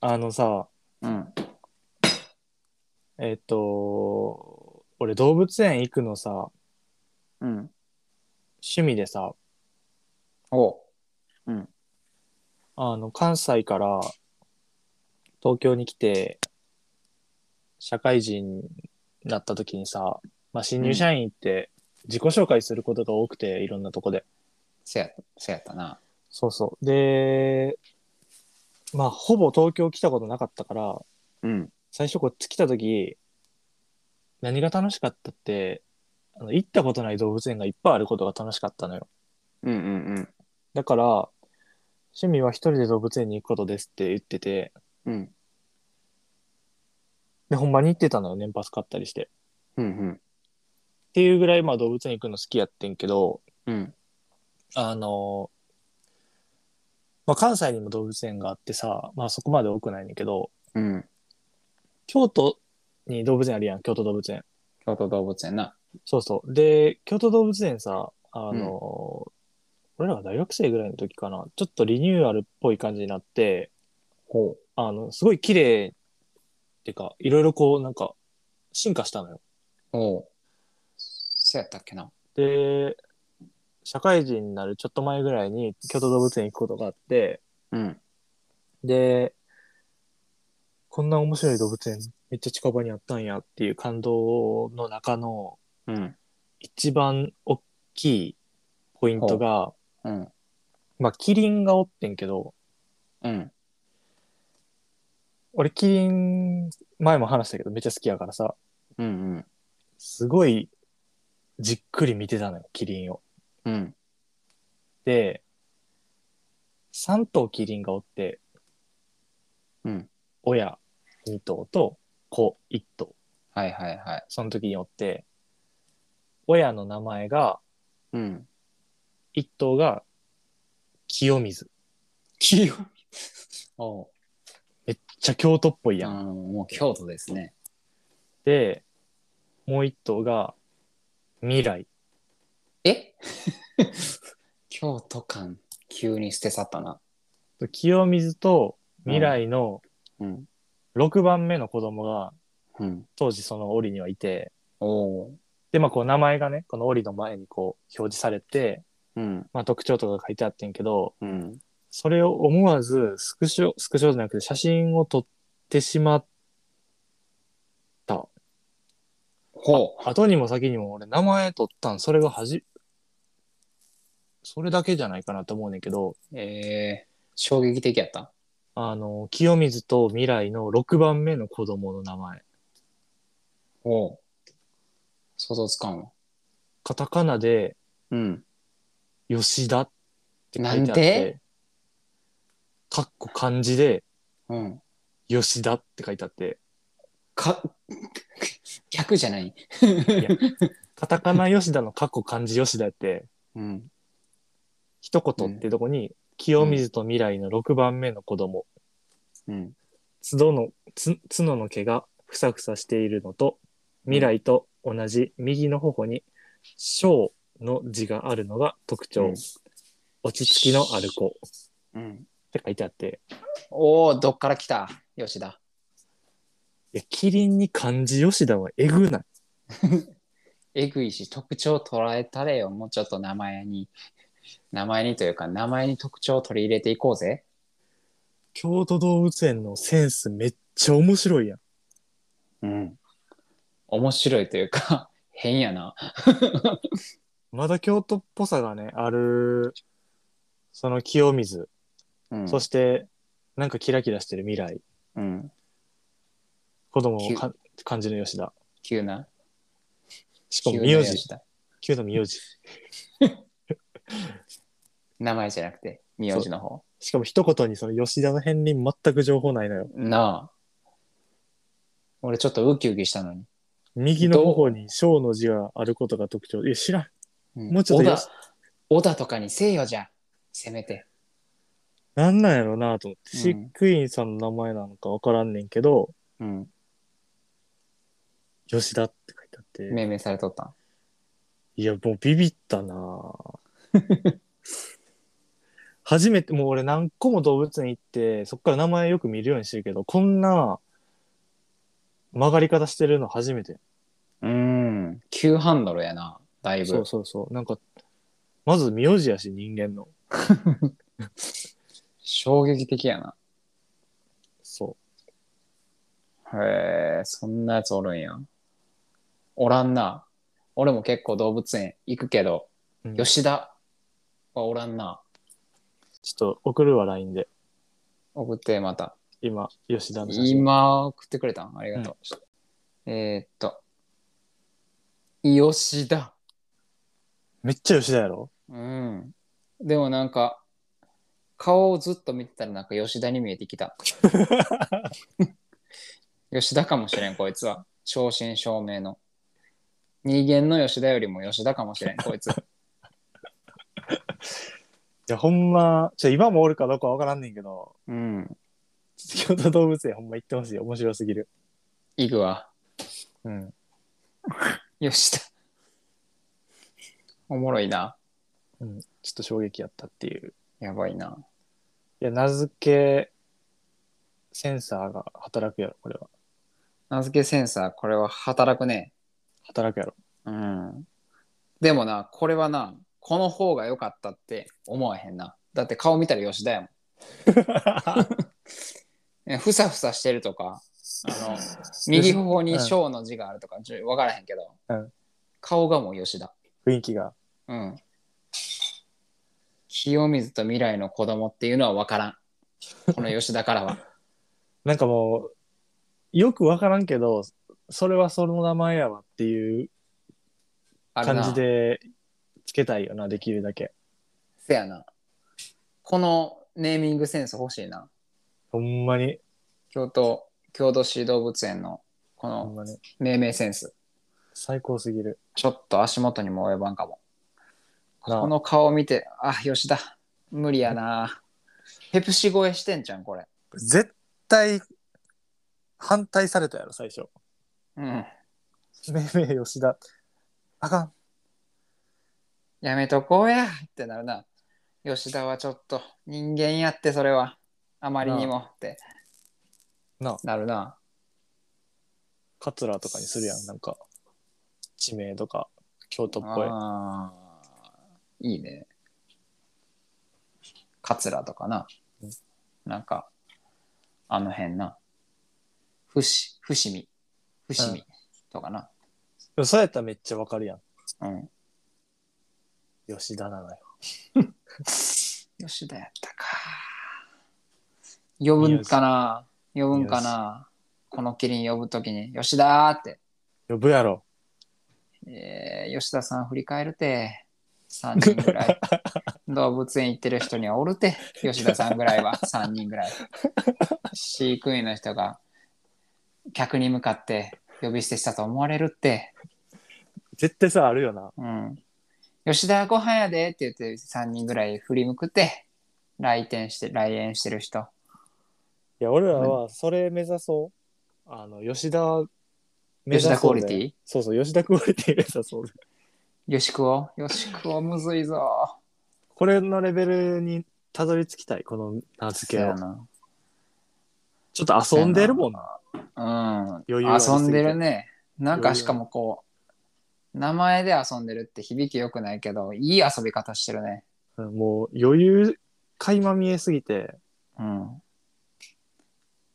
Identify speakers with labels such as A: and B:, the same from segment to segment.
A: あのさ、
B: うん。
A: えっ、と、俺動物園行くのさ、
B: うん。
A: 趣味でさ、
B: お
A: あの、関西から東京に来て、社会人になった時にさ、まあ、新入社員って自己紹介することが多くて、いろんなとこで。
B: せや、せやったな。
A: そうそう。で、まあ、ほぼ東京来たことなかったから、
B: うん。
A: 最初こっち来た時何が楽しかったってあの行ったことない動物園がいっぱいあることが楽しかったのよ
B: うんうん
A: だから趣味は一人で動物園に行くことですって言ってて
B: うん。うん。
A: でほんまに行ってたのよ年パス買ったりしてっ
B: うん
A: ていうぐらいまあ動物園行くの好きやってんけど
B: うん。うん。
A: あのまあ、関西にも動物園があってさ、まあ、そこまで多くないねんだけど
B: うん。
A: 京都に動物園あるやん京都動物園
B: 京都動物園な。
A: そうそう。で、京都動物園さ、あの、俺らが大学生ぐらいの時かな、ちょっとリニューアルっぽい感じになって、
B: ほ
A: あの、すごい綺麗っていうか、いろいろこう、なんか、進化したのよ。
B: う。おう。せやったっけな。
A: で、社会人になるちょっと前ぐらいに京都動物園行くことがあって、
B: うん。
A: で、こんな面白い動物園めっちゃ近場にあったんやっていう感動の中の
B: うん。
A: 一番大きいポイントが、
B: うん。
A: まあ、キリンがおってんけど、
B: うん。
A: 俺、キリン、前も話したけど、めっちゃ好きやからさ、
B: うんうん。
A: すごい、じっくり見てたのよ、キリンを。
B: うん。
A: で、3頭キリンがおって、
B: うん。
A: 親2頭と子1頭、
B: はいはいはい。
A: その時におって、親の名前が、
B: うん。
A: 1頭が、清水。
B: 清水。おう。
A: めっちゃ京都っぽい
B: い
A: や
B: や、
A: ん。
B: もう京都ですね。
A: で、もう1頭が、未来。
B: え京都間、急に捨て去ったな。
A: 清水と未来の、
B: うん。
A: 6番目の子供が
B: うん。
A: 当時その檻にはいて
B: おう。
A: でまあこう名前がねこの檻の前にこう表示されて、
B: うん。
A: まあ、特徴とかが書いてあってんけど
B: うん。
A: それを思わずスクショスクショじゃなくて写真を撮ってしまっ
B: ほ
A: 後にも先にも俺名前撮ったんそれがはじそれだけじゃないかなと思うねんけど
B: う。えー、衝撃的やった。
A: あの清水と未来の6番目の子供の名前
B: おう。想像つかんわ。
A: カタカナで
B: うん。
A: 吉田って書いてあっ
B: なん
A: て
B: で
A: かっこ漢字で
B: うん。
A: 吉田って書いてあって、
B: か、 客じゃない。
A: カタカナ吉田の過去漢字吉田って、
B: うん。
A: 一言ってとこに、清水と未来の6番目の子供、
B: うん。
A: 角の、つ角の毛がふさふさしているのと、未来と同じ右の頬に、小の字があるのが特徴、
B: うん
A: 落ち着きのある子っ
B: うん。
A: て書いてあって、
B: おお、どっから来た吉田。
A: いや、キリンに漢字吉田はえぐない。
B: えぐいし、特徴捉えたれよ。もうちょっと名前に、名前にというか、名前に特徴を取り入れていこうぜ。
A: 京都動物園のセンスめっちゃ面白いやん。
B: うん。面白いというか、 変やな。
A: まだ京都っぽさがね、ある、その清水。
B: うん。
A: そして、なんかキラキラしてる未来、
B: うん。
A: 子供をか感じる吉田。
B: 急な。
A: しか
B: 急
A: も
B: な
A: 名
B: 吉
A: 字、
B: 田。
A: 旧の名字。
B: 名前じゃなくて、名字の方。
A: しかも一言にその吉田の片鱗全く情報ないのよ。
B: なあ。俺ちょっとウキウキしたのに。
A: 右の頬に小の字があることが特徴。いや、知らん。
B: ん
A: もうちょっと
B: 小
A: よ
B: 田、小田とかにせえよじゃ。せめて。
A: なんなんやろなと思って、
B: う
A: 飼
B: ん
A: 育員さんの名前なのかわからんねんけど、
B: うん。
A: 吉田って書いてあって、
B: 命名されとったん。
A: いや、もうビビったな ぁ初めて、もう俺何個も動物園行って、そっから名前よく見るようにしてるけど、こんな曲がり方してるの初めて。
B: うん。急ハンドルやな、だいぶ。
A: そうそうそう。なんか、まず名字やし、人間の。
B: 衝撃的やな。
A: そ
B: へえ、そんなやつおるんや。おらんな。俺も結構動物園行くけど、
A: う。うん
B: 吉田はおらんな。
A: ちょっと送るわ、LINE で。
B: 送ってまた。
A: 今、吉田の写真。
B: 今送ってくれたんありがとう。えーっと、吉田。
A: めっちゃ吉田やろ
B: うん。でもなんか、顔をずっと見てたらなんか吉田に見えてきた。吉田かもしれん、こいつは。正真正銘の。人間の吉田よりも吉田かもしれん、こいつ。
A: いや、ほんま、ちょ、今もおるかどうかわからんねんけど、
B: うん。
A: 京都動物園ほんま行ってほしい。面白すぎる。
B: 行くわ。
A: うん。
B: 吉田。おもろいな。
A: うん、ちょっと衝撃やったっていう。
B: やばいな。
A: いや、名付けセンサーが働くやろ、これは。
B: 名付けセンサー、これは働くね。
A: 働くやろ。
B: うん。でもな、これはな、この方が良かったって思わへんな。だって顔見たら吉田やもん。ねふさふさしてるとか、あの、右頬に小の字があるとか、ちょ分からへんけど、
A: うん
B: 顔がもう吉田。
A: 雰囲気が。
B: うん。清水と未来の子供っていうのは分からん。この吉田か らは。
A: なんかもう、よくわからんけど、それはその名前やわっていう
B: あれな
A: 感じ。でつけたいよな、できるだけ。
B: せやな。このネーミングセンス欲しいな。
A: ほんまに、
B: 京都、京都市動物園のこ
A: ほん
B: の
A: まに、
B: 命名センス。
A: 最高すぎる。
B: ちょっと足元にも及ばんかも。
A: なあ
B: この顔見て、あ、吉田、無理やな。ペプシ超えしてんじゃん、これ。
A: 絶対、反対されたやろ、最初。
B: うん。
A: めいめい吉田。あかん。
B: やめとこうやってなるな。吉田はちょっと人間やって、それは。あまりにもって
A: なあ、
B: なるな。
A: カツラとかにするやん、なんか、地名とか、京都っぽい。
B: あーいいね。カツラとかな
A: うん。
B: なんか、あの辺な。ふし、伏見。伏
A: う
B: 見とかな。
A: でもそうやったらめっちゃわかるやん。
B: うん。
A: 吉田なのよ。
B: 吉田やったか。呼ぶんかな呼ぶんかなこのキリン呼ぶときに、吉田ーって、
A: 呼ぶやろ。
B: えー吉田さん振り返るて、3人 ぐらい。動物園行ってる人にはおるて、吉田さんぐらいは3人ぐらい。飼育員の人が客に向かって呼び捨てしたと思われるって、
A: 絶対さ、あるよな。
B: うん。吉田ご飯やでって言って3人ぐらい振り向くて、来店して、来園してる人。
A: いや、俺らはそれ目指そう。あの、吉田目指
B: 吉
A: そう
B: 田
A: で
B: クオリティ
A: そうそう、吉田クオリティ目指そうで。
B: よしくお、よしくお、むずいぞ。
A: これのレベルにたどり着きたい、この名付け
B: そう
A: を
B: や。な
A: ちょっと遊んでるもんな。
B: うん。
A: 余裕ありすぎ
B: 遊
A: て
B: んでるね。な
A: 余裕あ
B: んか
A: る
B: しかもこう、名前で遊んでるって響き良くないけど、いい遊び方してるね。
A: うんもう余裕、垣間見えすぎて、
B: うん。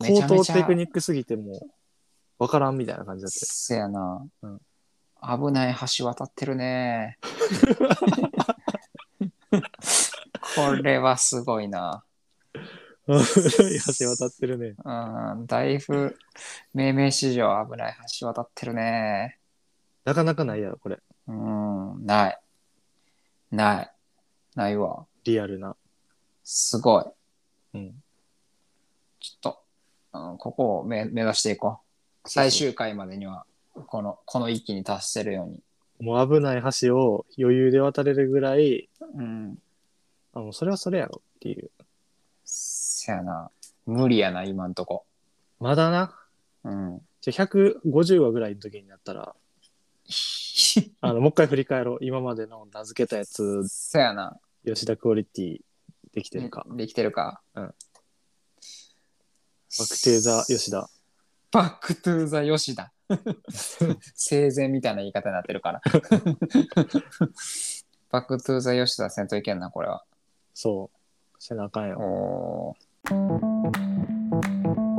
B: めち
A: 高
B: ゃめ
A: 等
B: ち
A: テ
B: ゃ
A: ク、ニックすぎてもう、わからんみたいな感じだ って。
B: せやな、
A: うん
B: 危ない橋渡って るね。これはすごいな。
A: 橋渡ってるね。
B: うん。だいぶ、命名史上危ない橋渡ってるね。
A: なかなかないやろ、これ。
B: うーん、ない。ない。ないわ。
A: リアルな。
B: すごい。
A: うん。
B: ちょっと、うん、ここを目目指していこう。最終回までには、この、この域に達せるように。
A: もう危ない橋を余裕で渡れるぐらい、
B: うん。
A: あもうそれはそれやろっていう。
B: せやな。無理やな、今んとこ。
A: まだな。
B: うん。
A: じゃあ150話ぐらいの時になったら、
B: し。
A: あの、もう一回振り返ろう。今までの名付けたやつ、
B: そやな。
A: 吉田クオリティできてるか。
B: できてるか。
A: うん。バクテーザ吉田。
B: バックトゥーザ吉田。生前みたいな言い方になってるから。バックトゥーザ吉田せんといけんな、これは。
A: そう。せなあかんよ。
B: おー